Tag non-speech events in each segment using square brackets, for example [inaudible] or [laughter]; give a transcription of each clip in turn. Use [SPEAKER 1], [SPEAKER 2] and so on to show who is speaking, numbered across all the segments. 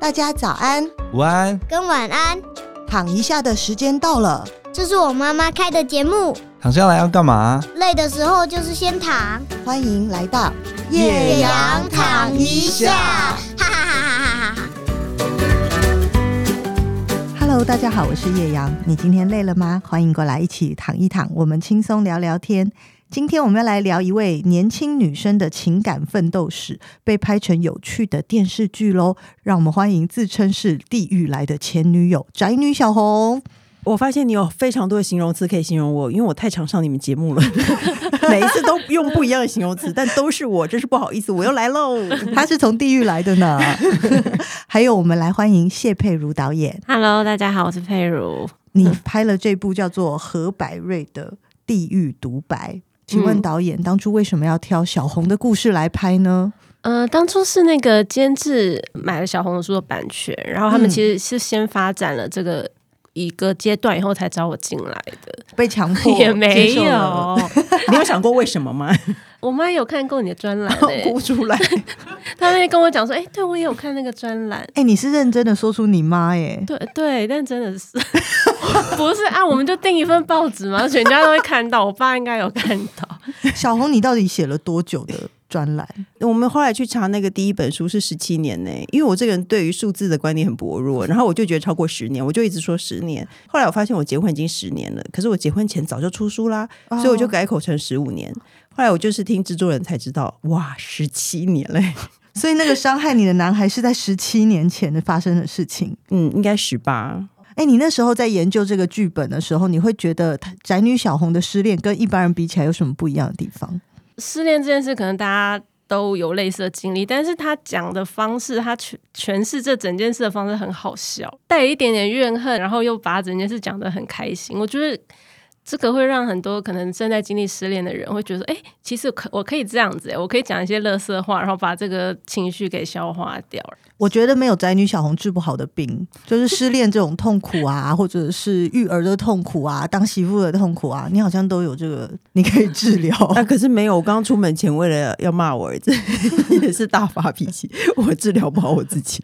[SPEAKER 1] 大家早安，
[SPEAKER 2] 午安，
[SPEAKER 3] 跟晚安，
[SPEAKER 1] 躺一下的时间到了。
[SPEAKER 3] 这是我妈妈开的节目。
[SPEAKER 2] 躺下来要干嘛？
[SPEAKER 3] 累的时候就是先躺，
[SPEAKER 1] 欢迎来到
[SPEAKER 2] 岳阳
[SPEAKER 3] 躺一下，哈哈哈哈哈哈！
[SPEAKER 1] Hello，大家好，我是叶阳。你今天累了吗？欢迎过来一起躺一躺，我们轻松聊聊天。今天我们要来聊一位年轻女生的情感奋斗史，被拍成有趣的电视剧喽。让我们欢迎自称是地狱来的前女友宅女小红。
[SPEAKER 4] 我发现你有非常多的形容词可以形容我，因为我太常上你们节目了， [laughs] 每一次都用不一样的形容词，但都是我，真是不好意思，我又来喽。
[SPEAKER 1] 她是从地狱来的呢。 [laughs] 还有，我们来欢迎谢佩茹导演。
[SPEAKER 5] Hello，大家好，我是佩如。
[SPEAKER 1] 你拍了这部叫做《何百瑞的地狱独白》，请
[SPEAKER 5] 嗯
[SPEAKER 1] 问导演当初为什么要挑小红的故事来拍呢？
[SPEAKER 5] 呃，当初是那个监制买了小红书的版权，然后他们
[SPEAKER 1] 嗯
[SPEAKER 5] 其实是先发展了这个一个阶段以后才找我进来 [laughs] 的，
[SPEAKER 1] 被强迫
[SPEAKER 5] 也没
[SPEAKER 1] 接受了，
[SPEAKER 5] 有。
[SPEAKER 4] 你有想过为什么吗？
[SPEAKER 5] 我妈有看过你的专 [laughs] 栏、欸，
[SPEAKER 4] 哭出来，
[SPEAKER 5] 她那天跟我讲说，哎、对我也有看那个专栏。
[SPEAKER 1] 哎、你是认真的说出你妈耶？
[SPEAKER 5] 对对，但真的 [laughs] 是不是啊？我们就订一份报纸嘛，全家都会看到。我爸应该有看到，
[SPEAKER 1] 小红，你到底写了多久的专
[SPEAKER 5] [laughs]
[SPEAKER 1] 栏？
[SPEAKER 4] 我们后来去查那个第一本书是十七年呢、因为我这个人对于数字的观念很薄弱，然后我就觉得超过十年，我就一直说十年。后来我发现我结婚已经十年了，可是我结婚前早就出书啦，所以我就改口成十五年。后来我就是听制作人才知道，哇，十七年嘞、
[SPEAKER 1] 所以那个伤害你的男孩是在十七年前的发生的事情。
[SPEAKER 4] 嗯，应该十八。
[SPEAKER 1] 哎、你那时候在研究这个剧本的时候，你会觉得她宅女小红的失恋跟一般人比起来有什么不一样的地方？
[SPEAKER 5] 失恋这件事，可能大家都有类似的经历，但是他讲的方式，他诠诠释这整件事的方式很好笑，带有一点点怨恨，然后又把整件事讲得很开心。我觉得这个会让很多可能正在经历失恋的人会觉得，哎、其实可我可以这样子、诶我可以讲一些乐色话，然后把这个情绪给消化掉。
[SPEAKER 1] 我觉得没有宅女小红治不好的病，就是失恋这种痛苦啊， [laughs] 或者是育儿的痛苦啊，当媳妇的痛苦啊，你好像都有这个，你可以治
[SPEAKER 4] [laughs]
[SPEAKER 1] 疗。
[SPEAKER 4] 啊，可是没有，我刚刚出门前为了要骂我儿子， [laughs] 也是大发脾气， [laughs] 我治疗不好我自己。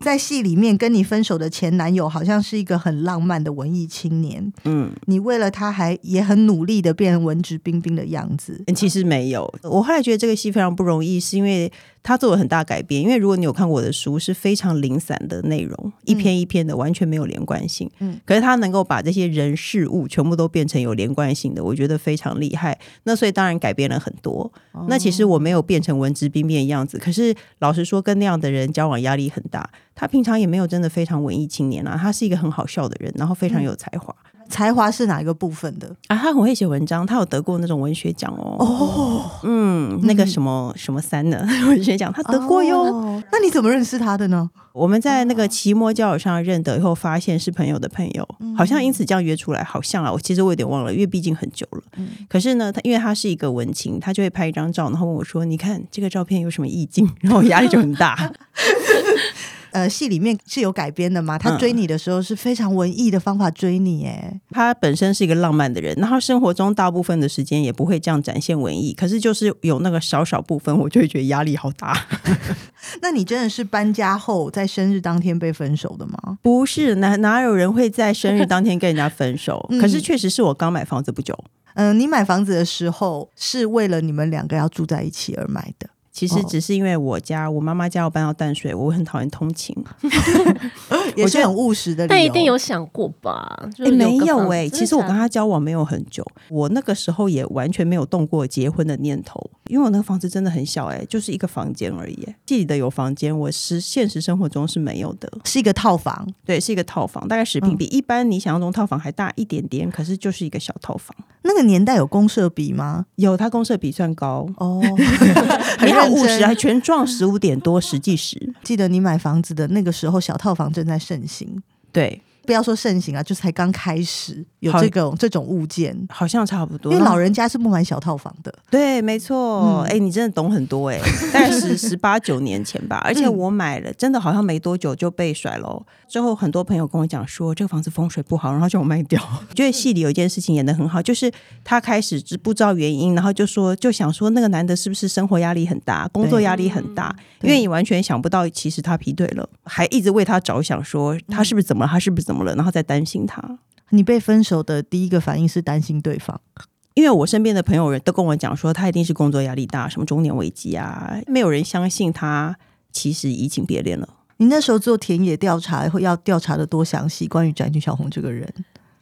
[SPEAKER 1] 在戏里面跟你分手的前男友好像是一个很浪漫的文艺青年，
[SPEAKER 4] 嗯，
[SPEAKER 1] 你为了他还也很努力的变文质彬彬的样子。
[SPEAKER 4] 其实没有。我后来觉得这个戏非常不容易，是因为他做了很大改变。因为如果你有看过我的书，是非常零散的内容，一篇一篇的，完全没有连贯性。
[SPEAKER 1] 嗯
[SPEAKER 4] 嗯，可是他能够把这些人事物全部都变成有连贯性的，我觉得非常厉害。那所以当然改变了很多。那其实我没有变成文质彬彬的样子，可是老实说，跟那样的人交往压力很大。他平常也没有真的非常文艺青年啊，他是一个很好笑的人，然后非常有才华、
[SPEAKER 1] 才华是哪一个部分的？
[SPEAKER 4] 啊，他很会写文章，他有得过那种文学奖哦。
[SPEAKER 1] 哦，
[SPEAKER 4] 嗯，那个什么、什么三呢？ [laughs] 文学奖他得过哟。
[SPEAKER 1] 哦那你怎么认识他的呢？
[SPEAKER 4] 我们在那个期末交友上认得以后，发现是朋友的朋友，好像因此这样约出来，好像啊，我其实我有点忘了，因为毕竟很久了。可是呢，他因为他是一个文青，他就会拍一张照，然后问我说：“你看这个照片有什么意境？”然后我压力就很大。
[SPEAKER 1] 呃，戏里面是有改编的吗？他
[SPEAKER 4] 嗯
[SPEAKER 1] 追你的时候是非常文艺的方法追你，哎，
[SPEAKER 4] 他本身是一个浪漫的人，然后生活中大部分的时间也不会这样展现文艺，可是就是有那个少少部分，我就会觉得压力好大。
[SPEAKER 1] 那你真的是搬家后在生日当天被分手的吗？
[SPEAKER 4] 不是
[SPEAKER 5] 嗯
[SPEAKER 4] 哪哪有人会在
[SPEAKER 5] [laughs]
[SPEAKER 4] 生日当天跟人家分手？
[SPEAKER 1] 嗯
[SPEAKER 4] 可是确实是我刚买房子不久，
[SPEAKER 1] 嗯、你买房子的时候是为了你们两个要住在一起而买的。
[SPEAKER 4] 其
[SPEAKER 5] 哦
[SPEAKER 4] 实只是因为我家我妈妈家要搬到淡水，我很讨厌通勤。
[SPEAKER 1] 也是很务实的理由，
[SPEAKER 5] 但一定有想过吧？就
[SPEAKER 4] 诶
[SPEAKER 5] 是
[SPEAKER 4] 没
[SPEAKER 5] 个
[SPEAKER 4] 有
[SPEAKER 5] 房
[SPEAKER 4] 哎、
[SPEAKER 5] 真的
[SPEAKER 4] 其实我
[SPEAKER 5] 假
[SPEAKER 4] 跟他交往没有很久，我那个时候也完全没有动过结婚的念头，因为我那个房子真的很小哎、就是一个房间而已、欸。记得有房间，我是现实生活中是没有的。
[SPEAKER 1] 是一个套房。
[SPEAKER 4] 对，是一个套房，大概十
[SPEAKER 5] 嗯
[SPEAKER 4] 平，比一般你想象中套房还大一点点，可是就是一个小套房。
[SPEAKER 1] 那个年代有公社比吗？
[SPEAKER 4] 有，它公设比算高，
[SPEAKER 1] [laughs] 哦，
[SPEAKER 4] [laughs] 你好
[SPEAKER 1] 认
[SPEAKER 4] 务
[SPEAKER 1] 真嗯
[SPEAKER 4] 实，还啊全撞十五点多实际时。
[SPEAKER 1] 记得你买房子的那个时候，小套房正在盛行。
[SPEAKER 4] 对，
[SPEAKER 1] 不要说盛行啊，就才刚开始有
[SPEAKER 4] 好
[SPEAKER 1] 这种这种物件，
[SPEAKER 4] 好像差不多。
[SPEAKER 1] 因为
[SPEAKER 4] 那
[SPEAKER 1] 老人家是不买小套房的。
[SPEAKER 4] 对，没错。
[SPEAKER 1] 嗯
[SPEAKER 4] 哎、你真的懂很
[SPEAKER 1] [laughs]
[SPEAKER 4] 多哎、大概十十八九年前吧。而
[SPEAKER 1] 嗯
[SPEAKER 4] 且我买了，真的好像没多久就被甩喽。之后很多朋友跟我讲说，这个房子风水不好，然后叫我卖掉。 [laughs] 我觉得戏里有一件事情演的很好，就是他开始知不知道原因，然后就说就想说那个男的是不是生活压力很大，工作
[SPEAKER 1] 对
[SPEAKER 4] 压力很大，
[SPEAKER 1] 嗯
[SPEAKER 4] 因为你完全想不到其实他劈腿了，还一直为他着想说
[SPEAKER 1] 嗯
[SPEAKER 4] 他是不是怎么了，他是不是怎么了，然后再担心他。
[SPEAKER 1] 你被分手的第一个反应是担心对方，
[SPEAKER 4] 因为我身边的朋友人都跟我讲说，他一定是工作压力大，什么中年危机啊，没有人相信他其实移情别恋了。
[SPEAKER 1] 你那时候做田野调查，会要调查的多详细？关于宅女小红这个人，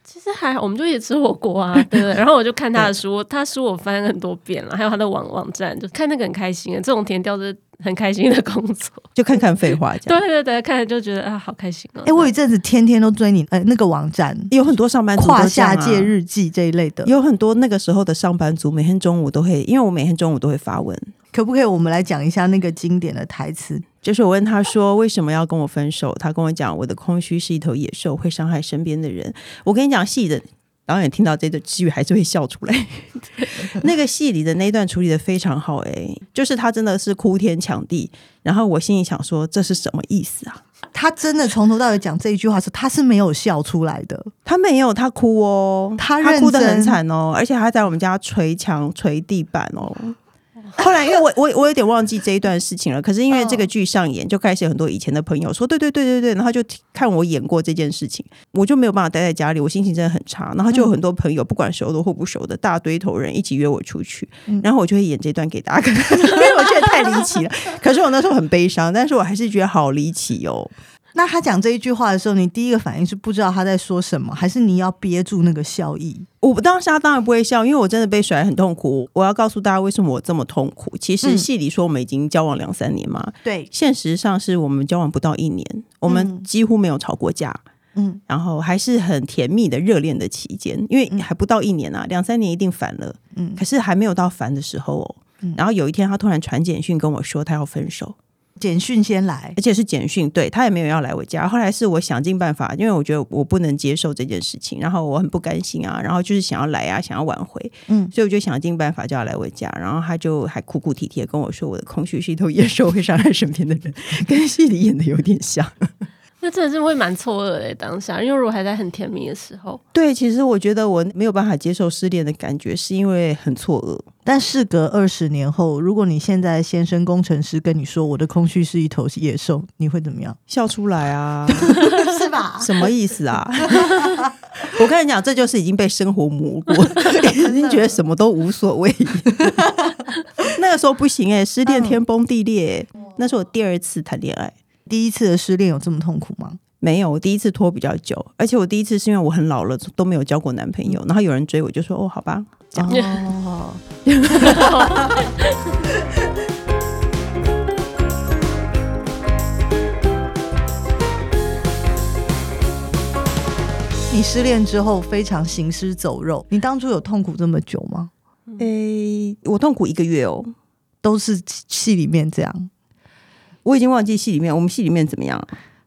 [SPEAKER 5] 其实还好，我们就一起吃火
[SPEAKER 4] [laughs]
[SPEAKER 5] 锅啊，对不对？然后我就看他的书，他书我翻很多遍了，还有他的网网站，就看那个很开心啊。这种填调是很开心的工作，
[SPEAKER 4] 就看看废话 [laughs] 这
[SPEAKER 5] 对
[SPEAKER 4] 样。
[SPEAKER 5] 对对，看着就觉得啊，好开心哦。
[SPEAKER 1] 哎、我有一阵子天天都追你，呃，那个网站
[SPEAKER 4] 有很多上班族、
[SPEAKER 1] 跨下界，日记这一类的，
[SPEAKER 4] 啊有很多那个时候的上班族，每天中午都会，因为我每天中午都会发文，
[SPEAKER 1] 可不可以我们来讲一下那个经典的台词？
[SPEAKER 4] 就是我问他说为什么要跟我分手，他跟我讲我的空虚是一头野兽，会伤害身边的人。我跟你讲，戏的导演听到这个词语还是会笑出来。 [laughs] 那个戏里的那一段处理的非常好、诶，就是他真的是哭天抢地。然后我心里想说，这是什么意思啊？
[SPEAKER 1] 他真的从头到尾讲这一句话的时候，他是没有笑出来的。
[SPEAKER 4] 他没有，他哭哦，
[SPEAKER 1] 他认真
[SPEAKER 4] 他哭得很惨哦，而且他在我们家捶墙、捶地板哦。后来，因为我我我有点忘记这一段事情了，可是因为这个剧上演，就开始有很多以前的朋友说，对对对对对，然后就看我演过这件事情，我就没有办法待在家里，我心情真的很差。然后就有很多朋友，不管熟的或不熟的，大堆头人一起约我出去，
[SPEAKER 1] 嗯
[SPEAKER 4] 然后我就会演这段给大家看， [laughs] 因为我觉得太离奇了。可是我那时候很悲伤，但是我还是觉得好离奇哦。
[SPEAKER 1] 那他讲这一句话的时候，你第一个反应是不知道他在说什么，还是你要憋住那个笑意？
[SPEAKER 4] 我当时当然不会笑，因为我真的被甩很痛苦。我要告诉大家为什么我这么痛苦。其实
[SPEAKER 1] 嗯
[SPEAKER 4] 戏里说我们已经交往两三年嘛，
[SPEAKER 1] 对，
[SPEAKER 4] 现实上是我们交往不到一年，我们几乎没有吵过架，
[SPEAKER 1] 嗯，
[SPEAKER 4] 然后还是很甜蜜的热恋的期间，因为还不到一年啊，两三年一定烦了，
[SPEAKER 1] 嗯
[SPEAKER 4] 可是还没有到烦的时候哦。然后有一天，他突然传简讯跟我说他要分手，
[SPEAKER 1] 简讯先来
[SPEAKER 4] 而，且是简讯，对他也没有要来我家。后来是我想尽办法，因为我觉得我不能接受这件事情，然后我很不甘心啊，然后就是想要来啊，想要挽回，
[SPEAKER 1] 嗯
[SPEAKER 4] 所以我就想尽办法叫他来我家。然后他就还哭哭啼啼的跟我说，我的空虚是一头野兽，会伤害身边的人，跟戏里演的有点像。 [laughs]
[SPEAKER 5] 那真的是会蛮错愕的当下，因为如果还在很甜蜜的时候，
[SPEAKER 4] 对，其实我觉得我没有办法接受失恋的感觉，是因为很错愕。？
[SPEAKER 1] 但事隔二十年后，如果你现在先生工程师跟你说我的空虚是一头野兽，你会怎么
[SPEAKER 5] [laughs]
[SPEAKER 1] 样
[SPEAKER 4] 笑出来 [laughs] 啊！
[SPEAKER 1] 是吧？
[SPEAKER 4] 什么意思啊？ [laughs] 我跟你讲，这就是已经被生活磨 [laughs] 过，已经觉得什么都无所谓。 [laughs] 那个时候不行哎、失恋天崩地裂、欸。那是我第二次谈恋爱，
[SPEAKER 1] 第一次的失恋有这么痛苦吗？
[SPEAKER 4] 没有，我第一次拖比较久，而且我第一次是因为我很老了，都没有交过男朋友，然后有人追我就说哦，好吧，这样。
[SPEAKER 1] 哦， [laughs] 你失恋之后非常行尸走肉，你当初有痛苦这么久吗？
[SPEAKER 4] 诶、我痛苦一个月哦，
[SPEAKER 1] 都是戏里面这样，
[SPEAKER 4] 我已经忘记戏里面，我们戏里面怎么样？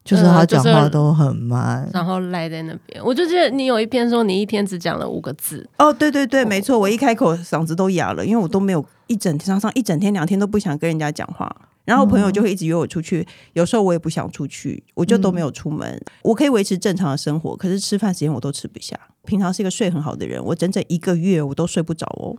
[SPEAKER 1] 就是
[SPEAKER 5] 呃
[SPEAKER 1] 他
[SPEAKER 5] 就
[SPEAKER 1] 讲
[SPEAKER 5] 是
[SPEAKER 1] 话都很慢，
[SPEAKER 5] 然后赖在那边，我就记得你有一篇说你一天只讲了五个字，
[SPEAKER 4] 哦，对对对，没错，我一开口嗓子都哑了，因为我都没有一整天上上一整天两天都不想跟人家讲话。然后朋友就会一直约我出去，有时候我也不想出去，我就都没有出门。我可以维持正常的生活，可是吃饭时间我都吃不下。平常是一个睡很好的人，我整整一个月我都睡不着哦。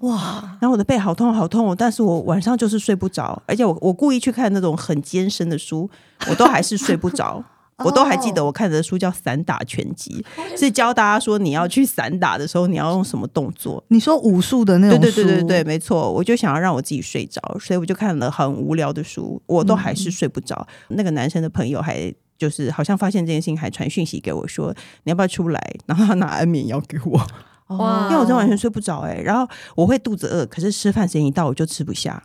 [SPEAKER 4] 哇！然后我的背好痛好痛哦，但是我晚上就是睡不着，而且我我故意去看那种很艰深的书，我都还是睡不着。我都还记得我看的书叫《散打拳击》，是教大家说你要去散打的时候你要用什么动作。
[SPEAKER 1] 你说武术的那
[SPEAKER 4] 对
[SPEAKER 1] 种
[SPEAKER 4] 对对对对，
[SPEAKER 1] 书，
[SPEAKER 4] 没错，我就想要让我自己睡着，所以我就看了很无聊的书，我都还是睡不着。那个男生的朋友还就是好像发现这件事情，还传讯息给我说你要不要出来，然后他拿安眠药给我，
[SPEAKER 1] 哦
[SPEAKER 5] 哇
[SPEAKER 4] 因为我真的完全睡不着哎、然后我会肚子饿，可是吃饭时间一到我就吃不下。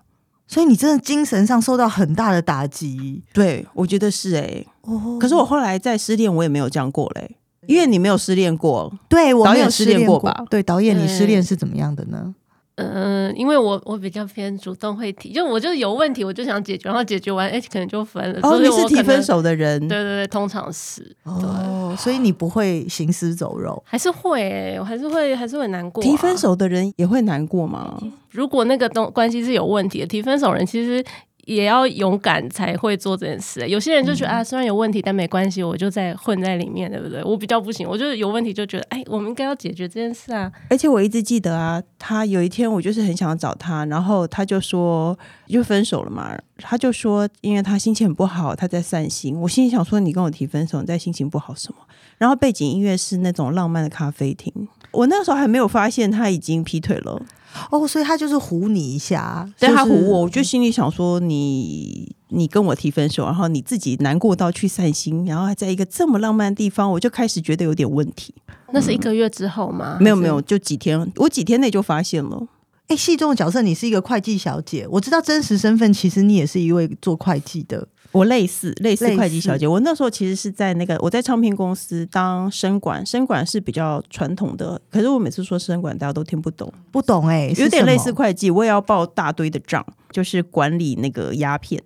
[SPEAKER 1] 所以你真的精神上受到很大的打击
[SPEAKER 4] 对，我觉得是哎、
[SPEAKER 1] 哦。
[SPEAKER 4] 可是我后来在失恋，我也没有这样过嘞、因为你没有失恋过，
[SPEAKER 1] 对我
[SPEAKER 4] 导
[SPEAKER 1] 没
[SPEAKER 4] 演
[SPEAKER 1] 有
[SPEAKER 4] 失
[SPEAKER 1] 恋
[SPEAKER 4] 恋过吧
[SPEAKER 1] 对，导演你失
[SPEAKER 5] 对
[SPEAKER 1] 恋是怎么样的呢？
[SPEAKER 5] 嗯、因为我我比较偏主动会提，就我就有问题我就想解决，然后解决完哎、可能就分了。
[SPEAKER 4] 哦，
[SPEAKER 5] 所
[SPEAKER 4] 你
[SPEAKER 5] 以我
[SPEAKER 4] 是提
[SPEAKER 5] 可能
[SPEAKER 4] 分，手的人，
[SPEAKER 5] 对对对，通常是
[SPEAKER 1] 哦，所以你不会行尸走肉。
[SPEAKER 5] 还是会、欸，我还是会还是会难过、啊
[SPEAKER 4] 提分，手的人也会难过吗？
[SPEAKER 5] 如果那个东关系是有问题的，提分手人其实。也要勇敢才会做这件事、欸有些人就觉
[SPEAKER 4] 嗯
[SPEAKER 5] 得、啊，虽然有问题，但没关系，我就在混在里面，对不对？我比较不行，我就是有问题就觉得，哎，我们应该要解决这件事啊。
[SPEAKER 4] 而且我一直记得啊，他有一天我就是很想找他，然后他就说就分手了嘛，他就说因为他心情很不好，他在散心。我心里想说，你跟我提分手，你在心情不好什么？然后背景音乐是那种浪漫的咖啡厅，我那时候还没有发现他已经劈腿了，
[SPEAKER 1] 哦，所以他就是唬你一下，
[SPEAKER 4] 但他唬
[SPEAKER 1] 就是
[SPEAKER 4] 我，我就心里想说你。你跟我提分手，然后你自己难过到去散心，然后还在一个这么浪漫的地方，我就开始觉得有点问题。
[SPEAKER 5] 那是一个月之后吗？
[SPEAKER 4] 没有没
[SPEAKER 5] 还是
[SPEAKER 4] 有，就几天，我几天内就发现了。
[SPEAKER 1] 哎，戏中的角色你是一个会计小姐，我知道真实身份，其实你也是一位做会计的。
[SPEAKER 4] 我类似类似
[SPEAKER 1] 类似
[SPEAKER 4] 会计小姐，我那时候其实是在那个我在唱片公司当生管，生管是比较传统的，可是我每次说生管大家都听不懂，
[SPEAKER 1] 不懂哎、
[SPEAKER 4] 有
[SPEAKER 1] 是什
[SPEAKER 4] 点
[SPEAKER 1] 么
[SPEAKER 4] 类似会计，我也要报大堆的账，就是管理那个鸦片。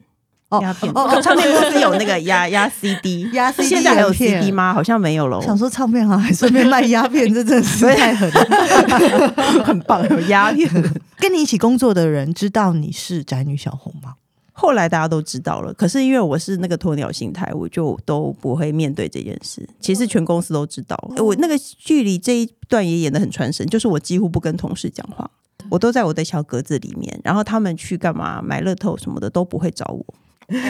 [SPEAKER 1] 哦
[SPEAKER 4] 鸦片
[SPEAKER 1] 哦哦
[SPEAKER 4] 唱片公司有那个压压 CD，
[SPEAKER 1] 压 CD
[SPEAKER 4] 现在还有
[SPEAKER 1] [laughs] 鸦片
[SPEAKER 4] CD 吗？好像没有了，
[SPEAKER 1] 想说唱片行还顺便卖鸦片，这真的是太狠了。
[SPEAKER 4] 很棒，有鸦片。
[SPEAKER 1] 跟你一起工作的人知道你是宅女小红吗？
[SPEAKER 4] 后来大家都知道了，可是因为我是那个鸵鸟心态，我就都不会面对这件事。其实全公司都知道，我那个距离这一段也演的很传神，就是我几乎不跟同事讲话，我都在我的小格子里面，然后他们去干嘛买乐透什么的都不会找我。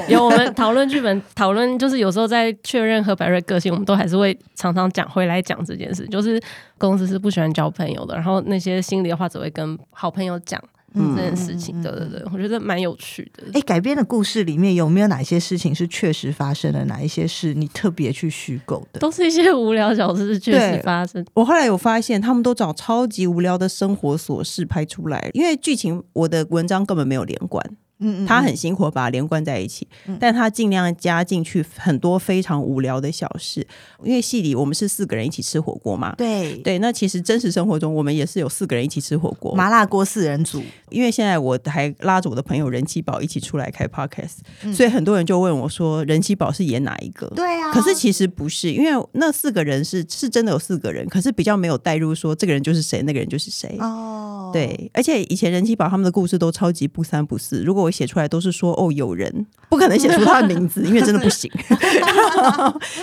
[SPEAKER 5] 有我们讨论剧本，讨论就是有时候在确认何百瑞个性，我们都还是会常常讲回来讲这件事，就是公司是不喜欢交朋友的，然后那些心里的话只会跟好朋友讲
[SPEAKER 1] 嗯
[SPEAKER 5] 这件事
[SPEAKER 4] 嗯
[SPEAKER 5] 情。对对对，我觉得蛮有趣的。
[SPEAKER 1] 哎，改编的故事里面有没有哪些事情是确实发生的？哪一些是你特别去虚构的？
[SPEAKER 5] 都是一些无聊小事，确实发生。
[SPEAKER 4] 我后来有发现，他们都找超级无聊的生活琐事拍出来，因为剧情我的文章根本没有连贯，
[SPEAKER 1] 嗯
[SPEAKER 4] 他很辛苦地把它连贯在一起，但他尽量加进去很多非常无聊的小事。因为戏里我们是四个人一起吃火锅嘛，
[SPEAKER 1] 对
[SPEAKER 4] 对，那其实真实生活中我们也是有四个人一起吃火锅。
[SPEAKER 1] 麻辣锅四人组，
[SPEAKER 4] 因为现在我还拉着我的朋友人气宝一起出来开 podcast，、所以很多人就问我说人气宝是演哪一个？
[SPEAKER 1] 嗯对啊
[SPEAKER 4] 可是其实不是，因为那四个人是是真的有四个人，可是比较没有带入说这个人就是谁，那个人就是谁。
[SPEAKER 1] 哦，
[SPEAKER 4] 对，而且以前人气宝他们的故事都超级不三不四。如果我写出来都是说哦有人，不可能写出他的名字，因为真的不行。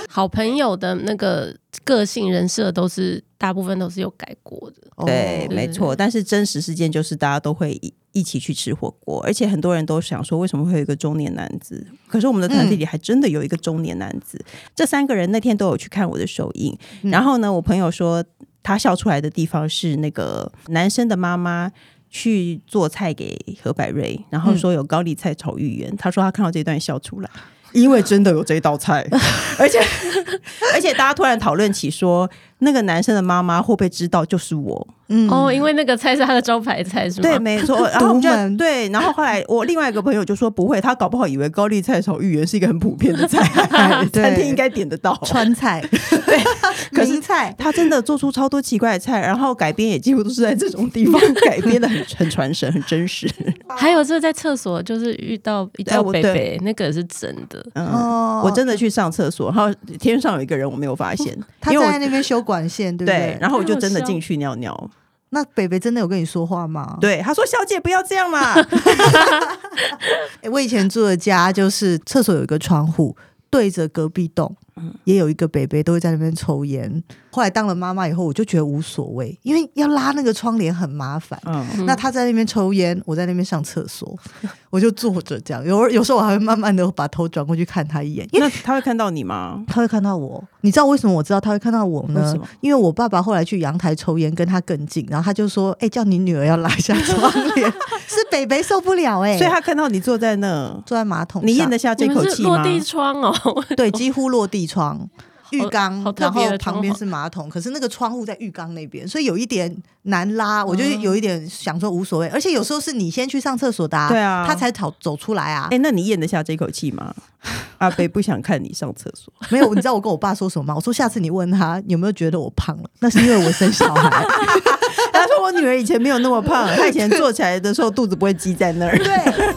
[SPEAKER 5] 好朋友的那个个性人设都是大部分都是有改过的。
[SPEAKER 1] 哦
[SPEAKER 4] 对，
[SPEAKER 5] 对
[SPEAKER 4] 没错。但是真实事件就是大家都会一一起去吃火锅，而且很多人都想说，为什么会有一个中年男子？可是我们的团体里还真的有一个中年男子。这三个人那天都有去看我的首映，然后呢，我朋友说他笑出来的地方是那个男生的妈妈。去做菜给何百瑞，然后说有高丽菜炒芋圆，他说他看到这段笑出来，因为真的有这道菜， [laughs] 而且而且大家突然讨论起说，那个男生的妈妈会不会知道就是我？
[SPEAKER 1] 嗯
[SPEAKER 5] 哦，因为那个菜是他的招牌菜，是吗？
[SPEAKER 4] 对，没错。然后我们就
[SPEAKER 1] 独门，
[SPEAKER 4] 对，然后后来我另外一个朋友就说不会，他搞不好以为高丽菜炒芋圆是一个很普遍的菜
[SPEAKER 1] [laughs]
[SPEAKER 4] 餐
[SPEAKER 1] 对
[SPEAKER 4] 厅应该点得到。
[SPEAKER 1] 川菜， [laughs] 对，
[SPEAKER 4] 可是
[SPEAKER 1] 名菜，
[SPEAKER 4] 他真的做出超多奇怪的菜，然后改编也几乎都是在这种地
[SPEAKER 1] [laughs]
[SPEAKER 4] 方改编的，很很传神，很真实。
[SPEAKER 5] 还有这在厕所就是遇到遇
[SPEAKER 4] 哎
[SPEAKER 5] 到
[SPEAKER 4] 我
[SPEAKER 5] 北
[SPEAKER 4] 对
[SPEAKER 5] 北，那个是真的。
[SPEAKER 4] 嗯，
[SPEAKER 1] 哦
[SPEAKER 4] 我真的去上厕所，然后天上有一个人我没有发现，
[SPEAKER 1] 哦他
[SPEAKER 4] 因为
[SPEAKER 1] 在
[SPEAKER 4] 我
[SPEAKER 1] 那边修管线，对不哦
[SPEAKER 4] 对，然后我就真的
[SPEAKER 5] 好笑
[SPEAKER 4] 进去尿尿。
[SPEAKER 1] 那北北真的有跟你说话吗？
[SPEAKER 4] 对，他说：“小姐不要这样
[SPEAKER 1] [laughs]
[SPEAKER 4] 嘛。”
[SPEAKER 1] 诶，欸我以前住的家就是厕所有一个窗户对着隔壁栋，
[SPEAKER 4] 嗯
[SPEAKER 1] 也有一个北北都会在那边抽烟。后来当了妈妈以后，我就觉得无所谓，因为要拉那个窗帘很麻烦。
[SPEAKER 4] 嗯，
[SPEAKER 1] 那他在那边抽烟，我在那边上厕所， [laughs] 我就坐着这样。有有时候我还会慢慢的把头转过去看他一眼，因为
[SPEAKER 4] 那他会看到你吗？
[SPEAKER 1] 他会看到我。你知道为什么我知道他会看到我
[SPEAKER 4] 为
[SPEAKER 1] 呢
[SPEAKER 4] 什么？
[SPEAKER 1] 因为我爸爸后来去阳台抽烟，跟他更近，然后他就说：“哎、叫你女儿要拉一下窗帘。” [laughs] 是北北受不了哎、
[SPEAKER 4] 所以他看到你坐在那，
[SPEAKER 1] 坐在马桶上，
[SPEAKER 4] 你咽得下这
[SPEAKER 5] 你
[SPEAKER 4] 口
[SPEAKER 5] 们是
[SPEAKER 4] 气吗
[SPEAKER 5] 落？地窗哦， [laughs]
[SPEAKER 1] 对，几乎落地窗、浴缸
[SPEAKER 5] 好，特
[SPEAKER 1] 然
[SPEAKER 5] 别的
[SPEAKER 1] 后旁边
[SPEAKER 5] 装潢
[SPEAKER 1] 是马桶，可是那个窗户在浴缸那边，所以有一点难拉。我就
[SPEAKER 5] 嗯
[SPEAKER 1] 有一点想说无所谓，而且有时候是你先去上厕所的、
[SPEAKER 4] 对啊
[SPEAKER 1] 他才跑走出来啊
[SPEAKER 4] 哎、。那你咽得下这口气吗？阿贝不想看你上厕所， [laughs]
[SPEAKER 1] 没有，你知道我跟我爸说什么吗？我说下次你问他有没有觉得我胖了，那是因为我生小孩。
[SPEAKER 4] 他说为我女儿以前没有那么胖，她以前坐起来的时候肚子不会积在那儿。
[SPEAKER 1] 对，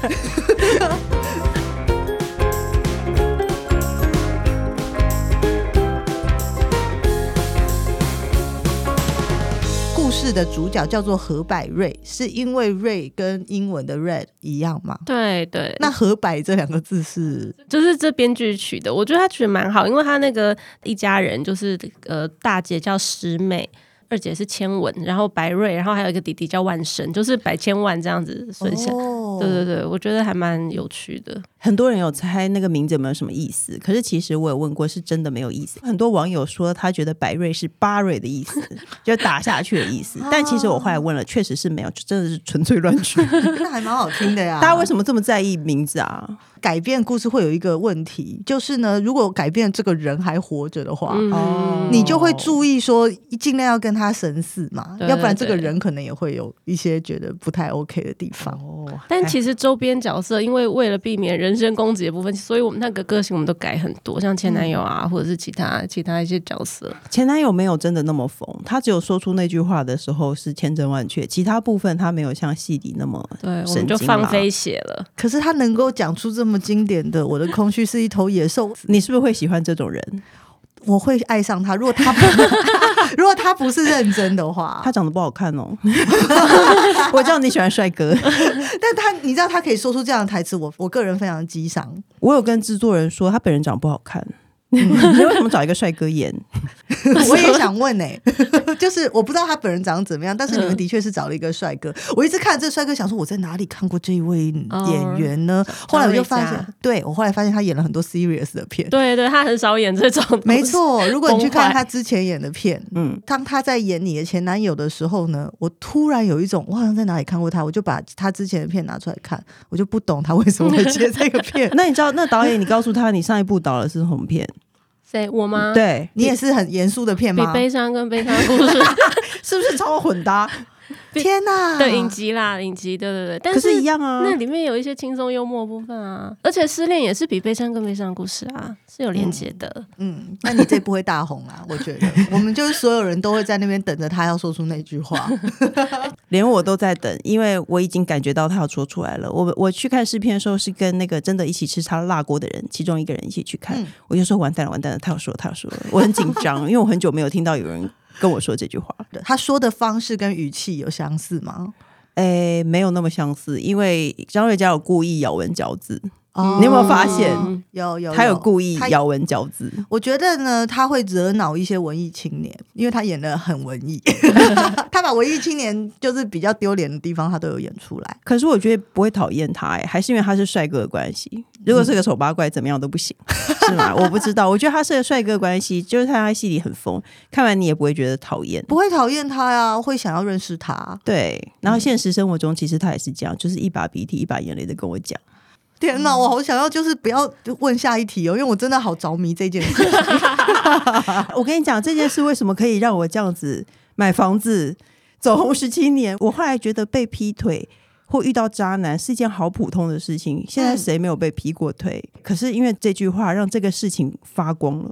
[SPEAKER 1] 故事的主角叫做何百瑞，是因为瑞跟英文的 red 一样吗？
[SPEAKER 5] 对对，
[SPEAKER 1] 那何百这两个字是
[SPEAKER 5] 就是这编剧取的，我觉得他取的蛮好，因为他那个一家人就是呃大姐叫石美，二姐是千文，然后白瑞，然后还有一个弟弟叫万生，就是百千万这样子顺下。
[SPEAKER 1] 哦
[SPEAKER 5] 对对对，我觉得还蛮有趣的。
[SPEAKER 4] 很多人有猜那个名字有没有什么意思，可是其实我有问过，是真的没有意思。很多网友说他觉得百瑞是巴瑞的意思， [laughs] 就打下去的意思。但其实我后来问了，确实是没有，就真的是纯粹乱取。
[SPEAKER 1] [laughs] 那还蛮好听的呀。
[SPEAKER 4] 大家为什么这么在意名字啊？
[SPEAKER 1] 改变故事会有一个问题，就是呢，如果改变这个人还活着的话，
[SPEAKER 5] 嗯
[SPEAKER 4] 哦
[SPEAKER 1] 你就会注意说，尽量要跟他神似嘛，
[SPEAKER 5] 对
[SPEAKER 1] 要不然这个
[SPEAKER 5] 对
[SPEAKER 1] 人可能也会有一些觉得不太 OK 的地方。
[SPEAKER 4] 哦，
[SPEAKER 5] 但其实周边角色，因为为了避免人身攻击的部分，所以我们那个个性我们都改很多，像前男友啊，或者是其他其他一些角色。
[SPEAKER 4] 前男友没有真的那么疯，他只有说出那句话的时候是千真万确，其他部分他没有像戏里那么
[SPEAKER 5] 对，我
[SPEAKER 4] 神
[SPEAKER 5] 们就
[SPEAKER 4] 经啦
[SPEAKER 5] 放飞写了。
[SPEAKER 1] 可是他能够讲出这么经典的“我的空虚是一头野兽
[SPEAKER 4] 你是不是会喜欢这种人？”，
[SPEAKER 1] 我会爱上他。如果他不，如果他不是认真的话
[SPEAKER 4] 他，长得不好看哦， [laughs] 我知道你喜欢帅哥。
[SPEAKER 1] 但他你知道他可以说出这样的台词，我我个人非常激赏。
[SPEAKER 4] 我有跟制作人说，他本人长不好看，嗯你为什么找一个帅哥演？
[SPEAKER 1] [laughs] 我也想问哎、就是我不知道他本人长得怎么样，但
[SPEAKER 5] 嗯
[SPEAKER 1] 是你们的确是找了一个帅哥。我一直看这帅哥，想说我在哪里看过这一位演员呢？
[SPEAKER 5] 嗯
[SPEAKER 1] 后来我就发
[SPEAKER 5] 张瑞
[SPEAKER 1] 现，对我后来发现他演了很多 serious 的片。
[SPEAKER 5] [laughs] 对对，他很少演这种，
[SPEAKER 1] 没，错，如果你去看
[SPEAKER 5] 崩坏
[SPEAKER 1] 他之前演的片，
[SPEAKER 4] 嗯，。
[SPEAKER 1] 当他在演你的前男友的时候呢，我突然有一种我好像在哪里看过他，我就把他之前的片拿出来看，我就不懂他为什么会接这个片
[SPEAKER 5] [laughs]
[SPEAKER 4] 那你知道那导演，你告诉他你上一部导的是什么片？
[SPEAKER 5] 谁我吗？，
[SPEAKER 4] 对，
[SPEAKER 1] 你也是很严肃的片
[SPEAKER 5] 比
[SPEAKER 1] 吗？
[SPEAKER 5] 悲伤跟悲伤的故事
[SPEAKER 4] 是不是超混搭？
[SPEAKER 1] 天哪、
[SPEAKER 4] [laughs]
[SPEAKER 5] 对影集啦，影集，对对对，但
[SPEAKER 4] 可是一样啊。
[SPEAKER 5] 那里面有一些轻松幽默的部分啊，而且失恋也是比悲伤更悲伤的故事啊，是有连接的。
[SPEAKER 1] 嗯，那你这部会大红啊！我觉得，我们就是所有人都会在那边等着他要说出那句话。
[SPEAKER 4] 连我都在等，因为我已经感觉到他要说出来了。我我去看试片的时候，是跟那个真的一起吃他辣锅的人，其中一个人一起去看，
[SPEAKER 1] 嗯
[SPEAKER 4] 我就说完蛋了，完蛋了，他要说了，他要说了，我很紧张，因为我很久没有听到有人跟我说这句话。
[SPEAKER 1] 他说的方式跟语气有相似吗？
[SPEAKER 4] 诶，没有那么相似，因为张瑞佳有故意咬文嚼字，
[SPEAKER 1] 哦
[SPEAKER 4] 你有没有发现
[SPEAKER 5] 嗯
[SPEAKER 1] 有有，
[SPEAKER 4] 他有故意
[SPEAKER 1] 他
[SPEAKER 4] 咬文嚼字。
[SPEAKER 1] 我觉得呢，他会惹恼一些文艺青年，因为他演的很文
[SPEAKER 4] [laughs]
[SPEAKER 1] 艺，他把文艺青年就是比较丢脸的地方，他都有演出来。
[SPEAKER 4] 可是我觉得不会讨厌他、欸，还是因为他是帅哥的关系。如果是个丑八怪，怎么样都不行，是吗？我不知道，我觉得他是个帅哥的关系，就是他在戏里很疯，看完你也不会觉得讨厌。
[SPEAKER 1] 不会讨厌他呀、会想要认识他。
[SPEAKER 4] 对，然后现实生活中其实他也是这样，就是一把鼻涕一把眼泪的跟我讲。
[SPEAKER 1] 天哪，我好想要，就是不要问下一题哦，因为我真的好着迷这件事。
[SPEAKER 4] [laughs] 我跟你讲这件事为什么可以让我这样子买房子走红十七年？我后来觉得被劈腿或遇到渣男是一件好普通的事情。现在谁没有被劈过腿？可是因为这句话让这个事情发光了。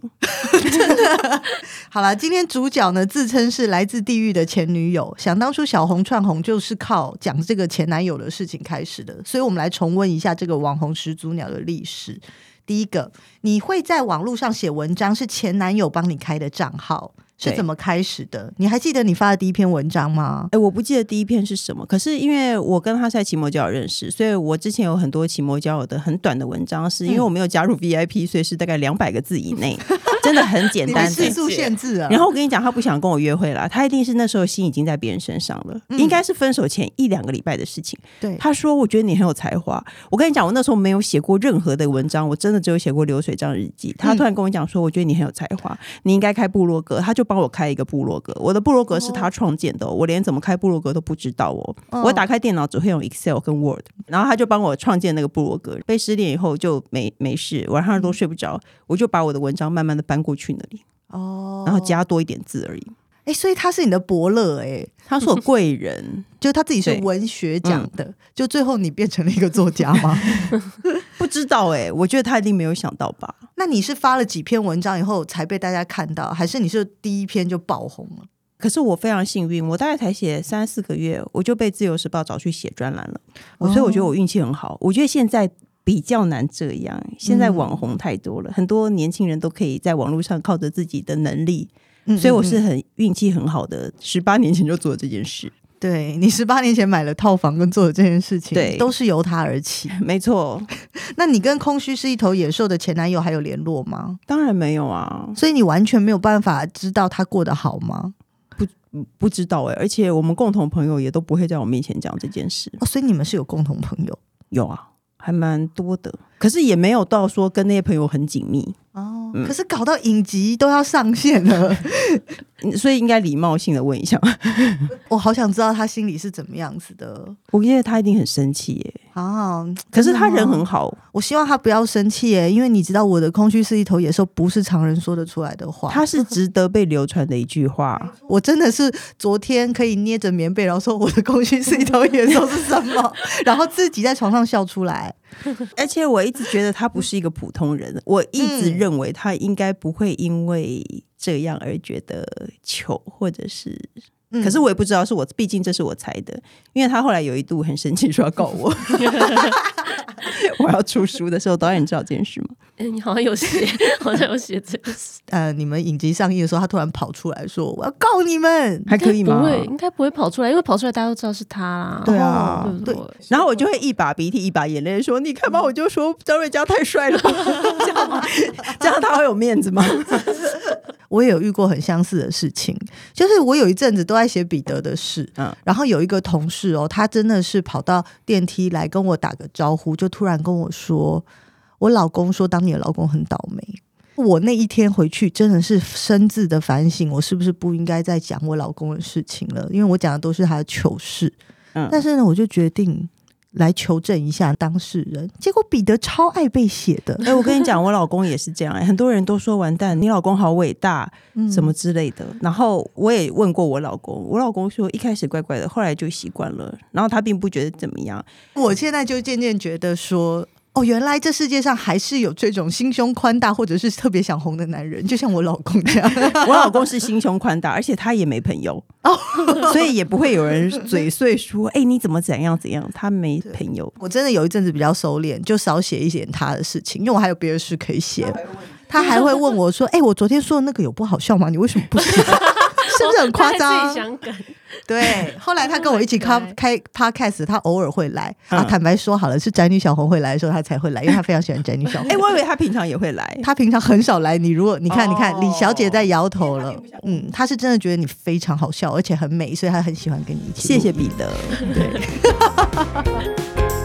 [SPEAKER 1] 好了，今天主角呢自称是来自地狱的前女友。想当初小红串红就是靠讲这个前男友的事情开始的，所以我们来重温一下这个网红始祖鸟的历史。第一个，你会在网络上写文章，是前男友帮你开的账号，是
[SPEAKER 4] 对
[SPEAKER 1] 怎么开始的？你还记得你发的第一篇文章吗？
[SPEAKER 4] 哎、我不记得第一篇是什么，可是因为我跟他是在奇摩交友认识，所以我之前有很多奇摩交友的很短的文章是，因为我没有加入 VIP，所以是大概两百个字以内，真的很简
[SPEAKER 1] 你
[SPEAKER 4] 单
[SPEAKER 1] 的
[SPEAKER 4] 的。
[SPEAKER 1] 字数限制啊
[SPEAKER 4] 然？后我跟你讲，他不想跟我约会啦，他一定是那时候心已经在别人身上了，应该是分手前一两个礼拜的事情。
[SPEAKER 1] 对，
[SPEAKER 4] 他说：“我觉得你很有才华。”我跟你讲，我那时候没有写过任何的文章，我真的只有写过流水账日记。他突然跟我讲说：“我觉得你很有才华，你应该开部落格。”他就帮我开一个部落格，我的部落格是他创建的哦、我连怎么开部落格都不知道哦。
[SPEAKER 1] 哦
[SPEAKER 4] 我打开电脑只会用 Excel 跟 Word，然后他就帮我创建那个部落格。被失恋以后就没没事，晚上都睡不着，我就把我的文章慢慢的搬过去那里，
[SPEAKER 1] 哦，
[SPEAKER 4] 然后加多一点字而已。
[SPEAKER 1] 哎、所以他是你的伯乐哎、
[SPEAKER 4] 他是我贵人，
[SPEAKER 1] 就他自己是
[SPEAKER 4] 对嗯
[SPEAKER 1] 文学奖的，就最后你变成了一个作家吗？
[SPEAKER 4] 不知道哎、我觉得他一定没有想到吧。
[SPEAKER 1] 那你是发了几篇文章以后才被大家看到，还是你是第一篇就爆红了？
[SPEAKER 4] 可是我非常幸运，我大概才写三四个月，我就被《自由时报》找去写专栏了。我
[SPEAKER 1] 哦
[SPEAKER 4] 哦所以我觉得我运气很好。我觉得现在比较难这样，现
[SPEAKER 1] 嗯
[SPEAKER 4] 在网红太多了，很多年轻人都可以在网络上靠着自己的能力，
[SPEAKER 1] 嗯
[SPEAKER 4] 所以我是
[SPEAKER 1] 嗯嗯
[SPEAKER 4] 很运气很好的，十八年前就做了这件事。 [laughs]
[SPEAKER 1] 对你十八年前买了套房跟做的这件事情，
[SPEAKER 4] 对
[SPEAKER 1] 都是由他而起。
[SPEAKER 4] 没错，
[SPEAKER 1] 那你跟空虚是一头野兽的前男友还有联络吗？
[SPEAKER 4] 当然没有啊，
[SPEAKER 1] 所以你完全没有办法知道他过得好吗？
[SPEAKER 4] 不知道哎、而且我们共同朋友也都不会在我面前讲这件事。
[SPEAKER 1] 哦，所以你们是有共同朋友
[SPEAKER 4] 有啊，还蛮多的，可是也没有到说跟那些朋友很紧密，
[SPEAKER 1] 哦
[SPEAKER 4] 嗯
[SPEAKER 1] 可是搞到影集都要上线了， [laughs]
[SPEAKER 4] 嗯所以应该礼貌性的问一下。 [laughs]
[SPEAKER 1] 我好想知道他心里是怎么样子的。
[SPEAKER 4] 我觉得他一定很生气耶、
[SPEAKER 1] 啊，
[SPEAKER 4] 可是他
[SPEAKER 1] 真的
[SPEAKER 4] 人
[SPEAKER 1] 吗
[SPEAKER 4] 很好，
[SPEAKER 1] 我希望他不要生气耶，因为你知道我的空虚是一头野兽，不是常人说得出来的话。
[SPEAKER 4] 他是值得被流传的一句话。
[SPEAKER 1] 我真的是昨天可以捏着棉被，然后说我的空虚是一头野兽是什么，然后自己在床上笑出来。
[SPEAKER 4] 而且我一直觉得他不是一个普通人，我一
[SPEAKER 1] 嗯
[SPEAKER 4] 直认为他应该不会因为这样而觉得糗，或者是，
[SPEAKER 1] 嗯
[SPEAKER 4] 可是我也不知道，是我，毕竟这是我猜的，因为他后来有一度很生气说要告
[SPEAKER 1] [laughs]
[SPEAKER 4] 我， [laughs] 我要出书的时候，导演知道这件事吗？
[SPEAKER 5] 哎 [laughs] 你好像有写，好像有写这个事，
[SPEAKER 1] 呃，你们影集上映的时候，他突然跑出来说我要告你们。
[SPEAKER 4] 还可以吗
[SPEAKER 5] 不？会，应该不会跑出来，因为跑出来大家都知道是他啦。
[SPEAKER 4] 对啊
[SPEAKER 5] 哦对不对？
[SPEAKER 4] 然后我就会一把鼻涕一把眼泪说：“你看吧，我就说张瑞佳太帅了吧，这样 [laughs] 吗？这样他会有面子吗？”
[SPEAKER 1] 我也有遇过很相似的事情，就是我有一阵子都在写彼得的事，
[SPEAKER 4] 嗯
[SPEAKER 1] 然后有一个同事哦，他真的是跑到电梯来跟我打个招呼，就突然跟我说，我老公说当你的老公很倒霉。我那一天回去真的是深自的反省，我是不是不应该再讲我老公的事情了？因为我讲的都是他的糗事。
[SPEAKER 4] 嗯
[SPEAKER 1] 但是呢，我就决定来求证一下当事人。结果彼得超爱被写的，
[SPEAKER 4] 哎、我跟你讲，我老公也是这样、哎，很多人都说完蛋，你老公好伟大，
[SPEAKER 1] 嗯
[SPEAKER 4] 什么之类的。然后我也问过我老公，我老公说一开始怪怪的，后来就习惯了，然后他并不觉得怎么样。
[SPEAKER 1] 我现在就渐渐觉得说，哦，原来这世界上还是有这种心胸宽大或者是特别想红的男人，就像我老公这样。 [laughs]
[SPEAKER 4] 我老公是心胸宽大，而且他也没朋友，所以也不会有人嘴碎说，哎、你怎么怎样怎样，他没朋友。
[SPEAKER 1] 我真的有一阵子比较收敛，就少写一点他的事情，因为我还有别的事可以写。他还会问我说：“哎、我昨天说的那个有不好笑吗？你为什么不写？” [laughs] 是不是很夸
[SPEAKER 5] 他
[SPEAKER 1] 张
[SPEAKER 5] 还自己？想梗，
[SPEAKER 1] [laughs] 对，后来他跟我一起开
[SPEAKER 5] Oh my God
[SPEAKER 1] 开 podcast，他偶尔会来、啊。
[SPEAKER 4] 嗯
[SPEAKER 1] 坦白说，好了，是宅女小红会来的时候，他才会来，因为他非常喜欢宅女小 [laughs] 红。
[SPEAKER 4] 哎、我以为他平常也会来。
[SPEAKER 1] 他平常很少来。你如果你看，
[SPEAKER 4] 哦
[SPEAKER 1] 你看李小姐在摇头了，嗯，她是真的觉得你非常好笑，而且很美，所以她很喜欢跟你一起。
[SPEAKER 4] 谢谢。彼得。
[SPEAKER 1] [laughs]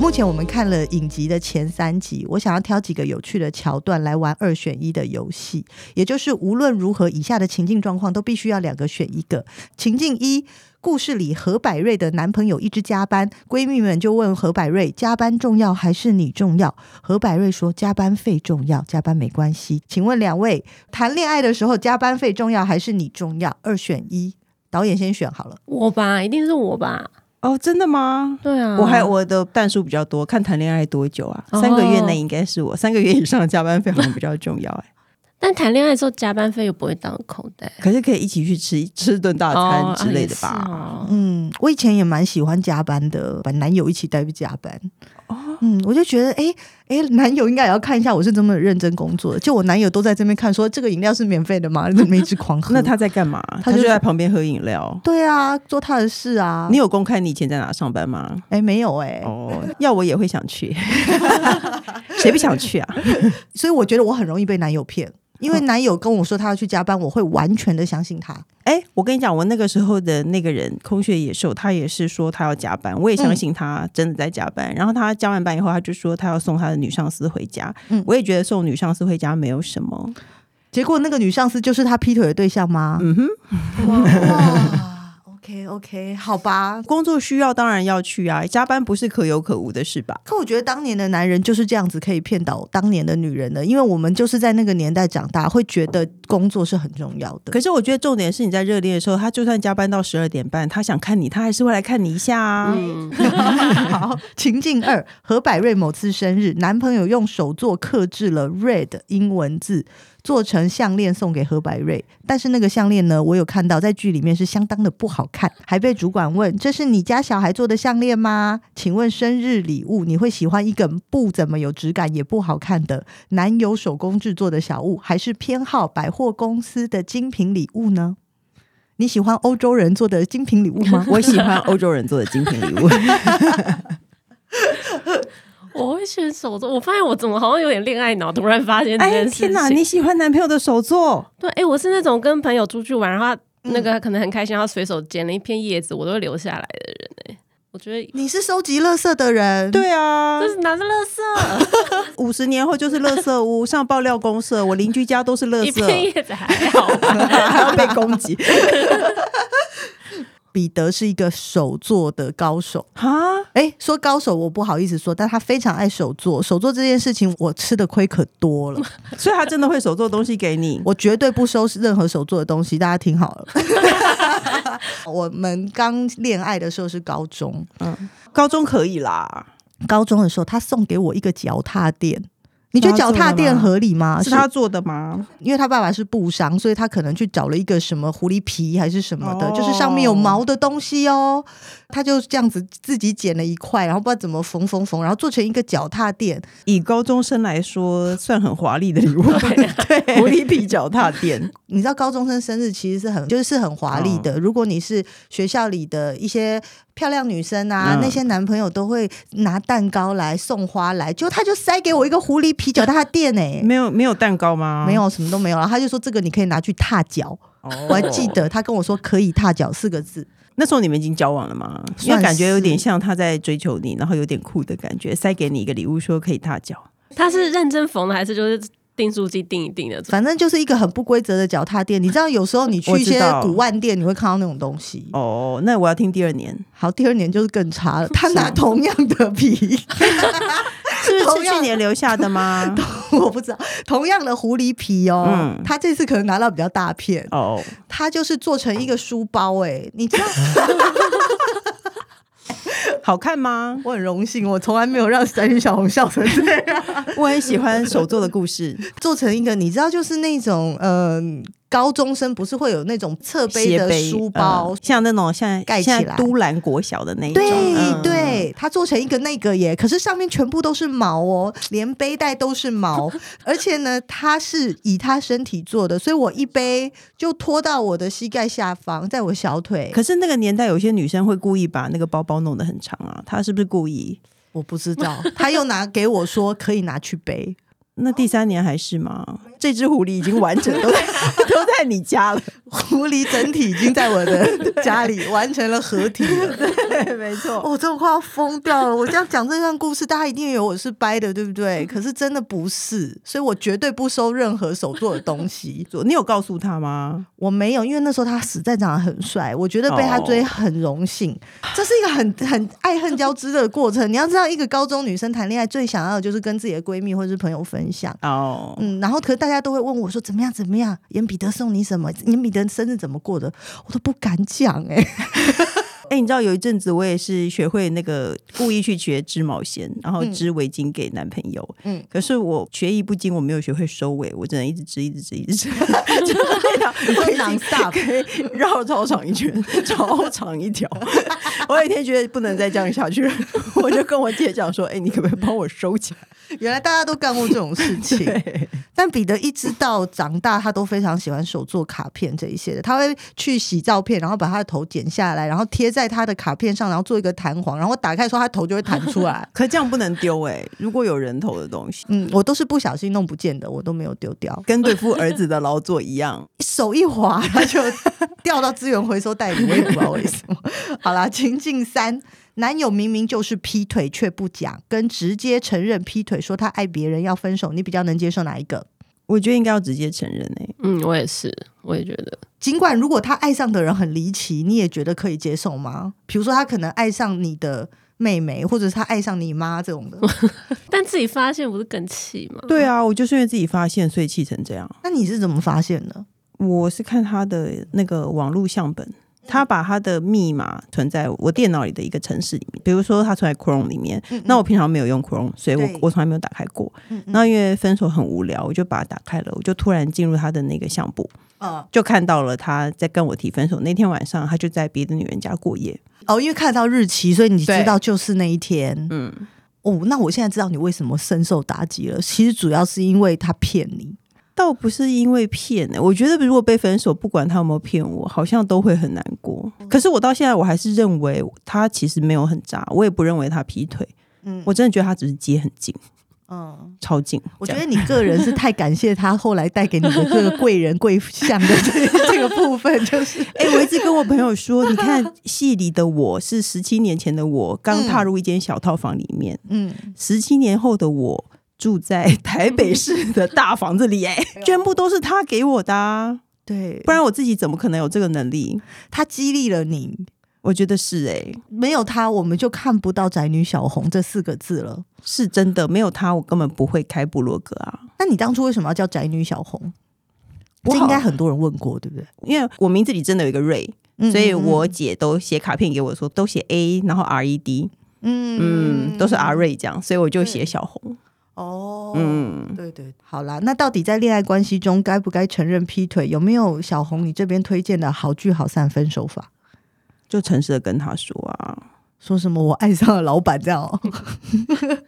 [SPEAKER 1] 目前我们看了影集的前三集，我想要挑几个有趣的桥段来玩二选一的游戏，也就是无论如何，以下的情境状况都必须要两个选一个。情境一。故事里何百瑞的男朋友一直加班，闺蜜们就问何百瑞：“加班重要还是你重要？”何百瑞说：“加班费重要，加班没关系。”请问两位，谈恋爱的时候加班费重要还是你重要？二选一，导演先选好了。
[SPEAKER 5] 我吧，一定是我吧？
[SPEAKER 4] 哦，真的吗？
[SPEAKER 5] 对
[SPEAKER 1] 嗯
[SPEAKER 5] 啊，
[SPEAKER 4] 我还我的弹数比较多，看谈恋爱多久啊？
[SPEAKER 5] 哦
[SPEAKER 4] 三个月内应该是我，三个月以上的加班费好像比较重要哎、
[SPEAKER 1] [laughs]
[SPEAKER 5] 但谈恋爱的时候加班费又不会当口袋，
[SPEAKER 4] 可是可以一起去吃吃顿大餐之类的吧？
[SPEAKER 5] 哦
[SPEAKER 1] 嗯，我以前也蛮喜欢加班的，把男友一起带去加班。哦，嗯，我就觉得，哎、哎、男友应该也要看一下我是这么认真工作的。就我男友都在这边看说，这个饮料是免费的吗？你 [laughs] 怎么一直狂喝？
[SPEAKER 4] 那他在干嘛？他
[SPEAKER 1] 就
[SPEAKER 4] 就是在旁边喝饮料。
[SPEAKER 1] 对啊，做他的事啊。
[SPEAKER 4] 你有公开你以前在哪上班吗？
[SPEAKER 1] 哎、没有哎、
[SPEAKER 4] 哦，要我也会想
[SPEAKER 1] [laughs]
[SPEAKER 4] 去，谁不想去啊？
[SPEAKER 1] 所以我觉得我很容易被男友骗，因为男友跟我说他要去加班，我会完全的相信他。
[SPEAKER 4] 哎、我跟你讲，我那个时候的那个人空穴野兽，他也是说他要加班，我也相信他真的在加班。然后他加完班以后，他就说他要送他的女上司回家。
[SPEAKER 1] 嗯
[SPEAKER 4] 我也觉得送女上司回家没有什么。
[SPEAKER 1] 结果那个女上司就是他劈腿的对象吗？
[SPEAKER 4] 嗯哼，
[SPEAKER 1] 哇哇 OK OK，好吧。
[SPEAKER 4] 工作需要当然要去啊，加班不是可有可无的事吧？
[SPEAKER 1] 可我觉得当年的男人就是这样子，可以骗倒当年的女人的，因为我们就是在那个年代长大，会觉得工作是很重要的。
[SPEAKER 4] 可是我觉得重点是你在热恋的时候，他就算加班到十二点半，他想看你，他还是会来看你一下啊。
[SPEAKER 5] 嗯，
[SPEAKER 1] 好，情境二，何百瑞某次生日，男朋友用手作刻制了 “red” 英文字，做成项链送给何百瑞。但是那个项链呢，我有看到在剧里面是相当的不好看，还被主管问：“这是你家小孩做的项链吗？”请问生日礼物你会喜欢一个不怎么有质感也不好看的男友手工制作的小物，还是偏好百货公司的精品礼物呢？你喜欢欧洲人做的精品礼物吗？
[SPEAKER 4] 我喜欢欧洲人做的精品礼物，
[SPEAKER 5] 我会选手作。我发现我怎么好像有点恋爱脑，突然发现这
[SPEAKER 4] 哎，
[SPEAKER 5] 件事情。
[SPEAKER 4] 天哪！你喜欢男朋友的手作？
[SPEAKER 5] 对，哎、我是那种跟朋友出去玩，然后他那
[SPEAKER 4] 嗯
[SPEAKER 5] 个可能很开心，然后随手捡了一片叶子，我都会留下来的人、哎，我觉
[SPEAKER 4] 嗯
[SPEAKER 5] 得
[SPEAKER 1] 你是收集垃圾的人，
[SPEAKER 4] 对啊
[SPEAKER 5] 这，是哪是垃
[SPEAKER 4] [laughs]
[SPEAKER 5] 圾？
[SPEAKER 4] 五十年后就是垃圾屋，上爆料公社，我邻居家都是垃
[SPEAKER 5] [laughs] 一片
[SPEAKER 4] 圾，
[SPEAKER 5] 叶子还好吧？
[SPEAKER 4] 还要被攻击
[SPEAKER 1] 彼得是一个手作的高手。
[SPEAKER 4] [laughs] 啊！
[SPEAKER 1] 哎，说高手我不好意思说，但他非常爱手作。手作这件事情，我吃的亏可多
[SPEAKER 4] [laughs]
[SPEAKER 1] 了，
[SPEAKER 4] 所以他真的会手做东西给你。
[SPEAKER 1] 我绝对不收任何手作的东西。大家听好
[SPEAKER 4] [laughs]
[SPEAKER 1] 了，我们刚恋爱的时候是高中，
[SPEAKER 4] 高中可以啦，
[SPEAKER 1] 高中的时候他送给我一个脚踏垫。你觉得脚踏垫合理吗？
[SPEAKER 4] 啊是他做的吗？
[SPEAKER 1] 因为他爸爸是布商，所以他可能去找了一个什么狐狸皮还是什么的，
[SPEAKER 4] 哦
[SPEAKER 1] 就是上面有毛的东西哦。他就这样子自己剪了一块，然后不知道怎么缝缝缝，然后做成一个脚踏垫。
[SPEAKER 4] 以高中生来说，算很华丽的礼物， [laughs] 对，狐狸皮脚踏垫，
[SPEAKER 1] 你知道高中生生日其实是很就是是很华丽
[SPEAKER 4] 嗯
[SPEAKER 1] 的。如果你是学校里的一些漂亮女生啊，
[SPEAKER 4] 嗯
[SPEAKER 1] 那些男朋友都会拿蛋糕来送花来，就他就塞给我一个狐狸皮脚踏垫哎、
[SPEAKER 4] 没有没有蛋糕吗？
[SPEAKER 1] 没有什么都没有，然后他就说这个你可以拿去踏脚，
[SPEAKER 4] 哦，
[SPEAKER 1] 我还记得他跟我说可以踏脚四个字，
[SPEAKER 4] 那时候你们已经交往了吗？
[SPEAKER 1] 算是
[SPEAKER 4] 因为感觉有点像他在追求你，然后有点酷的感觉，塞给你一个礼物，说可以踏脚。
[SPEAKER 5] 他是认真缝的，还是就是订书机订一订的？
[SPEAKER 1] 反正就是一个很不规则的脚踏垫。你知道，有时候你去一些
[SPEAKER 4] 我知道
[SPEAKER 1] 古玩店，你会看到那种东西。
[SPEAKER 4] 哦，那我要听第二年，
[SPEAKER 1] 好，第二年就是更差了，他拿同样的皮， [laughs]
[SPEAKER 4] 是不是
[SPEAKER 1] 同
[SPEAKER 4] 是
[SPEAKER 1] 样
[SPEAKER 4] 去年留下的 [laughs] 吗？
[SPEAKER 1] 我不知道，同样的狐狸皮哦，
[SPEAKER 4] 嗯
[SPEAKER 1] 他这次可能拿到比较大片，
[SPEAKER 4] 哦，
[SPEAKER 1] 他就是做成一个书包、哎，你知道，
[SPEAKER 4] 好看吗？
[SPEAKER 1] 我很荣幸，我从来没有让三与小红笑成这样， [laughs]
[SPEAKER 4] 我很喜欢手做的故事，
[SPEAKER 1] 做成一个，你知道，就是那种，嗯、高中生不是会有那种侧背
[SPEAKER 4] 斜
[SPEAKER 1] 的
[SPEAKER 4] [laughs] 背
[SPEAKER 1] 书包，
[SPEAKER 4] 嗯像那种像
[SPEAKER 1] 盖起
[SPEAKER 4] 现在
[SPEAKER 1] 来
[SPEAKER 4] 都兰国小的那一种，
[SPEAKER 1] 对
[SPEAKER 4] 嗯，
[SPEAKER 1] 对，它做成一个那个耶，可是上面全部都是毛哦，连背带都是
[SPEAKER 4] [laughs]
[SPEAKER 1] 毛，而且呢，它是以它身体做的，所以我一背就拖到我的膝盖下方，在我小腿。
[SPEAKER 4] 可是那个年代，有些女生会故意把那个包包弄得很长啊，她是不是故意？
[SPEAKER 1] 我不知道，他又拿给我说可以拿去背，
[SPEAKER 4] 那第三年还是吗？这只狐狸已经完整都在 [laughs] 都在你家了，
[SPEAKER 1] 狐狸整体已经在我
[SPEAKER 4] [laughs]
[SPEAKER 1] 的家里完成了合体了。
[SPEAKER 4] 对，没错。
[SPEAKER 1] 我、真的快要疯掉了！我这样讲这段故事，大家一定以为我是掰的，对不对？可是真的不是，所以我绝对不收任何手做的东西。
[SPEAKER 4] [laughs] 你有告诉她吗？
[SPEAKER 1] 我没有，因为那时候他实在长得很帅，我觉得被他追很荣幸。这是一个很很爱恨交织的过程。你要知道，一个高中女生谈恋爱最想要的就是跟自己的闺蜜或是朋友分享。
[SPEAKER 4] 哦、
[SPEAKER 1] 嗯，然后可是大家都会问我说怎么样怎么样，严彼得送你什么？严彼得生日怎么过的？我都不敢讲哎、
[SPEAKER 4] 哎、你知道有一阵子我也是学会那个故意去学织毛线，然后织围巾给男朋友。
[SPEAKER 1] 嗯
[SPEAKER 4] 嗯，可是我学艺不精，我没有学会收尾，我只能一直织，一直织，一直织， [laughs] 就那条围巾
[SPEAKER 1] Non-stop
[SPEAKER 4] 可以绕超长一圈，超长一条。 [laughs] 我有一天觉得不能再这样下去了， [laughs] 我就跟我姐讲说：“哎、你可不可以帮我收起来。
[SPEAKER 1] [laughs] 原来大家都干过这种事情。但彼得一直到长大，他都非常喜欢手做卡片这一些的。他会去洗照片，然后把他的头剪下来，然后贴在他的卡片上，然后做一个弹簧，然后打开的时候，他头就会弹出来？”
[SPEAKER 4] 可这样不能丢哎、如果有人头的东西，
[SPEAKER 1] 嗯，我都是不小心弄不见的，我都没有丢掉，
[SPEAKER 4] 跟对付儿子的劳作一样。
[SPEAKER 1] 手一滑，它就掉到资源回收袋里，我也不知道为什么。 [laughs] 好啦，情境三，男友明明就是劈腿却不讲，跟直接承认劈腿说他爱别人要分手，你比较能接受哪一个？
[SPEAKER 4] 我觉得应该要直接承认哎、
[SPEAKER 5] 嗯，我也是，我也觉得，
[SPEAKER 1] 尽管如果他爱上的人很离奇，你也觉得可以接受吗？比如说他可能爱上你的妹妹，或者是他爱上你妈这
[SPEAKER 4] [laughs]
[SPEAKER 1] 种的，
[SPEAKER 5] 但自己发现不是更气吗？
[SPEAKER 4] 对啊，我就是因为自己发现，所以气成这样。
[SPEAKER 1] 那你是怎么发现的？
[SPEAKER 4] 我是看他的那个网络相本，
[SPEAKER 1] 嗯
[SPEAKER 4] 他把他的密码存在我电脑里的一个城市里面，比如说他存在 Chrome 里面。
[SPEAKER 1] 嗯嗯
[SPEAKER 4] 那我平常没有用 Chrome，所以我
[SPEAKER 1] 对
[SPEAKER 4] 我从来没有打开过。
[SPEAKER 1] 嗯嗯
[SPEAKER 4] 那因为分手很无聊，我就把它打开了，我就突然进入他的那个相簿，
[SPEAKER 1] 呃
[SPEAKER 4] 就看到了他在跟我提分手那天晚上，他就在别的女人家过夜。
[SPEAKER 1] 哦，因为看得到日期，所以你知
[SPEAKER 4] 对
[SPEAKER 1] 道就是那一天。
[SPEAKER 4] 嗯，
[SPEAKER 1] 哦，那我现在知道你为什么深受打击了。其实主要是因为他骗你，
[SPEAKER 4] 倒不是因为骗、欸，我觉得如果被分手，不管他有没有骗我，好像都会很难过。
[SPEAKER 1] 嗯
[SPEAKER 4] 可是我到现在我还是认为他其实没有很渣，我也不认为他劈腿，
[SPEAKER 1] 嗯
[SPEAKER 4] 我真的觉得他只是接很近，
[SPEAKER 1] 嗯，
[SPEAKER 4] 超近。
[SPEAKER 1] 我
[SPEAKER 4] 这
[SPEAKER 1] 觉
[SPEAKER 4] 样
[SPEAKER 1] 得你个人是太感谢他后来带给你的这个贵人贵相的这 [laughs] 这个部分，就是
[SPEAKER 4] 哎、 [laughs] 我一直跟我朋友说，你看戏里的我是十七年前的我，刚踏入一间小套房里面；
[SPEAKER 1] 嗯，
[SPEAKER 4] 十七、年后的我住在台北市的大房子 [laughs] 里、哎，全部都是他给我的、啊，
[SPEAKER 1] 对，
[SPEAKER 4] 不然我自己怎么可能有这个能力？
[SPEAKER 1] 他激励了你。
[SPEAKER 4] 我觉得是哎、
[SPEAKER 1] 没有他，我们就看不到“宅女小红”这四个字了。
[SPEAKER 4] 是真的，没有他我根本不会开部落格啊。
[SPEAKER 1] 那你当初为什么要叫“宅女小红”？
[SPEAKER 4] 我
[SPEAKER 1] 这
[SPEAKER 4] 好
[SPEAKER 1] 应该很多人问过，对不对？
[SPEAKER 4] 因为我名字里真的有一个瑞，
[SPEAKER 1] 嗯
[SPEAKER 4] 所以我姐都写卡片给我说都写 A，然后 R E D，嗯，都是 R 瑞这样，所以我就写小红，
[SPEAKER 1] 哦，
[SPEAKER 4] 嗯，
[SPEAKER 1] 对对，好啦，那到底在恋爱关系中该不该承认劈腿？有没有小红你这边推荐的好聚好散分手法？
[SPEAKER 4] 就诚实的跟她说啊，
[SPEAKER 1] 说什么我爱上了老板这样、哦？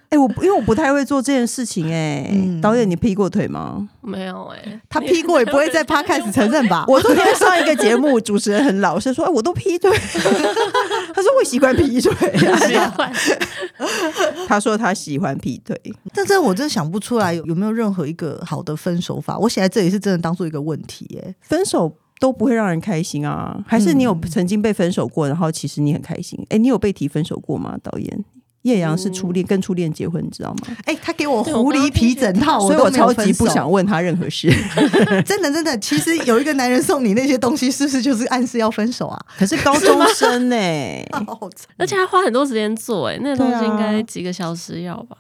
[SPEAKER 4] 哎、我因为我不太会做这件事情、哎、
[SPEAKER 1] 嗯
[SPEAKER 4] [laughs] 导演你劈过腿吗？
[SPEAKER 5] 没有哎、 [laughs]
[SPEAKER 1] 他劈过也不会在 podcast 承认吧？
[SPEAKER 4] [laughs] 我昨天上一个节目， [laughs] 主持人很老实说，哎、我都劈腿， [laughs] 他说我喜欢劈腿、啊
[SPEAKER 5] 很奇怪
[SPEAKER 4] [laughs] 他说他喜欢劈腿，
[SPEAKER 1] 但这我真想不出来有有没有任何一个好的分手法。我写在这里是真的当做一个问题耶、
[SPEAKER 4] 分手。都不会让人开心啊！还是你有曾经被分手过，然后其实你很开心？哎、你有被提分手过吗？导演叶阳是初恋，跟初恋结婚，你知道吗？
[SPEAKER 1] 哎、他给我
[SPEAKER 5] 对我
[SPEAKER 1] 狐
[SPEAKER 5] 刚
[SPEAKER 1] 狸
[SPEAKER 5] 刚
[SPEAKER 1] 皮
[SPEAKER 5] 听见
[SPEAKER 1] 整套，
[SPEAKER 4] 所以
[SPEAKER 1] 都
[SPEAKER 4] 哦我
[SPEAKER 1] 没有
[SPEAKER 4] 超
[SPEAKER 1] 分
[SPEAKER 4] 级不
[SPEAKER 1] 手
[SPEAKER 4] 想问他任何事。
[SPEAKER 1] 真的真的，其实有一个男人送你那些东西，是不是就是暗示要分手啊？
[SPEAKER 4] [laughs] 可是高中生欸呢、 [laughs]
[SPEAKER 1] 好惨
[SPEAKER 5] 而且还花很多时间做哎、那个东西
[SPEAKER 4] 对啊
[SPEAKER 5] 应该几个小时要吧？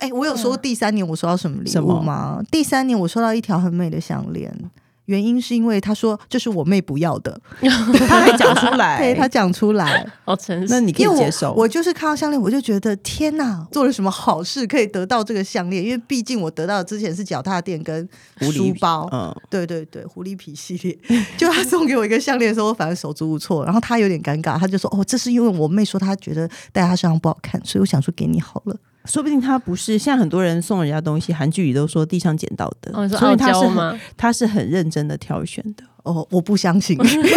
[SPEAKER 1] 哎、我有说第三年我收到什么礼
[SPEAKER 4] 什
[SPEAKER 1] 物
[SPEAKER 4] 么
[SPEAKER 1] 吗？第三年我收到一条很美的项链，原因是因为他说这是我妹不要的，
[SPEAKER 4] 他还讲出
[SPEAKER 1] 对
[SPEAKER 4] 来，
[SPEAKER 1] 他讲出来，
[SPEAKER 5] 好诚
[SPEAKER 4] [laughs] 那
[SPEAKER 5] 实，
[SPEAKER 4] 你可
[SPEAKER 1] 因
[SPEAKER 4] 以
[SPEAKER 1] 为
[SPEAKER 4] 接受？
[SPEAKER 1] 我我就是看到项链，我就觉得天哪，做了什么好事可以得到这个项链？因为毕竟我得到的之前是脚踏垫跟
[SPEAKER 4] 狐狸
[SPEAKER 1] 书包，
[SPEAKER 4] 嗯，
[SPEAKER 1] 对对对，狐狸皮系列， [laughs] 就他送给我一个项链的时候，我反而手足无措，然后他有点尴尬，他就说：“哦，这是因为我妹说她觉得戴在她身上不好看，所以我想说给你好了。
[SPEAKER 4] 说不定他不是像很多人送人家东西，韩剧里都说地上捡到的，
[SPEAKER 5] 哦，你说
[SPEAKER 4] 所
[SPEAKER 5] 傲
[SPEAKER 4] 以他
[SPEAKER 5] 娇
[SPEAKER 4] 是
[SPEAKER 5] 吗
[SPEAKER 4] 很？他是很认真的挑选的。” [laughs]
[SPEAKER 1] 哦，我不相信， [laughs]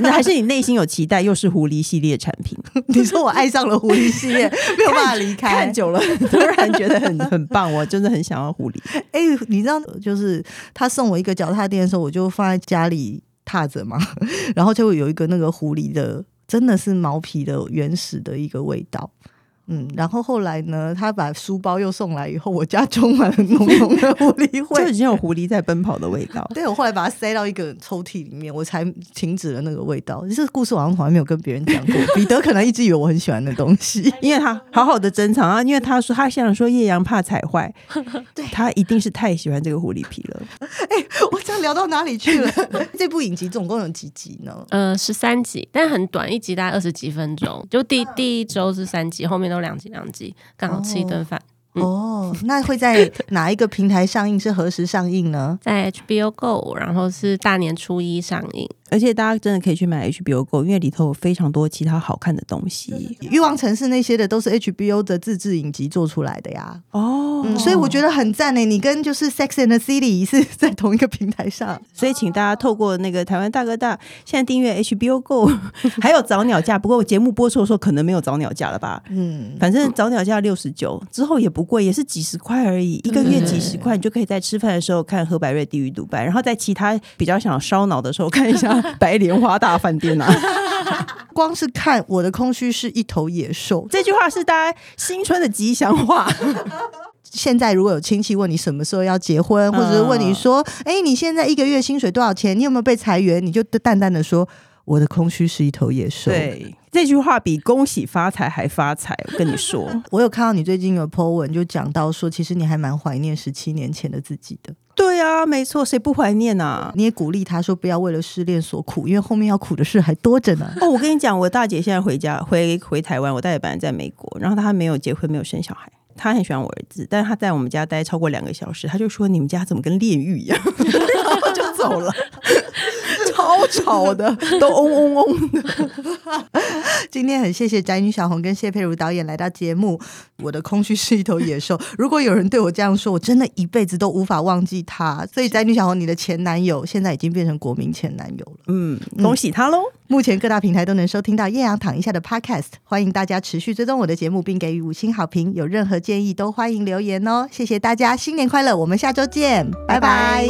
[SPEAKER 4] 那还是你内心有期待，又是狐狸系列产品，
[SPEAKER 1] 你说我爱上了狐狸系列，没有办法离开。
[SPEAKER 4] 看久了突然觉得很很棒，我真的很想要狐狸。
[SPEAKER 1] 哎、你知道，就是他送我一个脚踏垫的时候，我就放在家里踏着嘛， [laughs] 然后就有一个那个狐狸的，真的是毛皮的原始的一个味道。嗯，然后后来呢，他把书包又送来以后，我家充满了浓浓的狐狸
[SPEAKER 4] 就已
[SPEAKER 1] 味。。
[SPEAKER 4] 经有狐狸在奔跑的味道
[SPEAKER 1] 对，我后来把它塞到一个抽屉里面，我才停止了那个味道。这个故事我好像从来没有跟别人讲过。彼得可能一直以为我很喜欢的东西，
[SPEAKER 4] 因为他好好的珍藏啊，因为他说他想说叶阳怕踩坏，他一定是太喜欢这个狐狸皮了。
[SPEAKER 1] 我这样聊到哪里去了？ [laughs] 这部影集总共有几集呢？
[SPEAKER 5] 呃，十三集，但很短，一集大概二十几分钟。就第第一周是三集，后面都两集两集，刚好吃一顿饭。
[SPEAKER 1] 哦，那会 [laughs] 在哪一个平台上映？是何时上映呢？
[SPEAKER 5] 在 HBO Go，然后是大年初一上映。
[SPEAKER 4] 而且大家真的可以去买 HBO Go，因为里头有非常多其他好看的东西
[SPEAKER 1] 《欲望城市》那些的都是 HBO 的自制影集做出来的呀，
[SPEAKER 4] 哦。
[SPEAKER 1] 嗯，所以我觉得很赞呢。你跟就是《Sex and the City》是在同一个平台上，
[SPEAKER 4] 所以请大家透过那个台湾大哥大现在订阅 HBO Go，还有早鸟价。不过节目播出的时候可能没有早鸟价了吧？
[SPEAKER 1] 嗯，
[SPEAKER 4] 反正早鸟价六十九，之后也不贵，也是几十块而已，一个月几十块，你就可以在吃饭的时候看《何百瑞地狱独白》，然后在其他比较想烧脑的时候看一下《白莲花大饭店》啊。
[SPEAKER 1] 光是看我的空虚是一头野兽，
[SPEAKER 4] 这句话是大家新春的吉祥话。
[SPEAKER 1] 现在如果有亲戚问你什么时候要结婚，或者是问你说，哎、你现在一个月薪水多少钱？你有没有被裁员？你就淡淡的说，我的空虚是一头野兽。，。
[SPEAKER 4] 对，这句话比恭喜发财还发财，我跟你说
[SPEAKER 1] 我有看到你最近有 po 文，就讲到说，其实你还蛮怀念十七年前的自己的。
[SPEAKER 4] 对啊，没错，谁不怀念啊？
[SPEAKER 1] 你也鼓励他说，不要为了失恋所苦，因为后面要苦的事还多着呢。
[SPEAKER 4] [laughs] 哦，我跟你讲，我大姐现在回家回回台湾，我大姐本来在美国，然后她没有结婚，没有生小孩。她很喜欢我儿子，但是她在我们家待超过两个小时，她就说你们家怎么跟炼狱一样， [laughs] 然后就走了， [laughs] 超吵的，都嗡嗡嗡的。
[SPEAKER 1] [laughs] 今天很谢谢宅女小红跟谢佩茹导演来到节目。我的空虚是一头野兽， [laughs] 如果有人对我这样说，我真的一辈子都无法忘记他。所以宅女小红，你的前男友现在已经变成国民前男友了。
[SPEAKER 4] 嗯，恭喜她喽！
[SPEAKER 1] 目前各大平台都能收听到《艳阳躺一下》的 Podcast，欢迎大家持续追踪我的节目，并给予五星好评。有任何建议都欢迎留言哦。谢谢大家，新年快乐！我们下周见，拜拜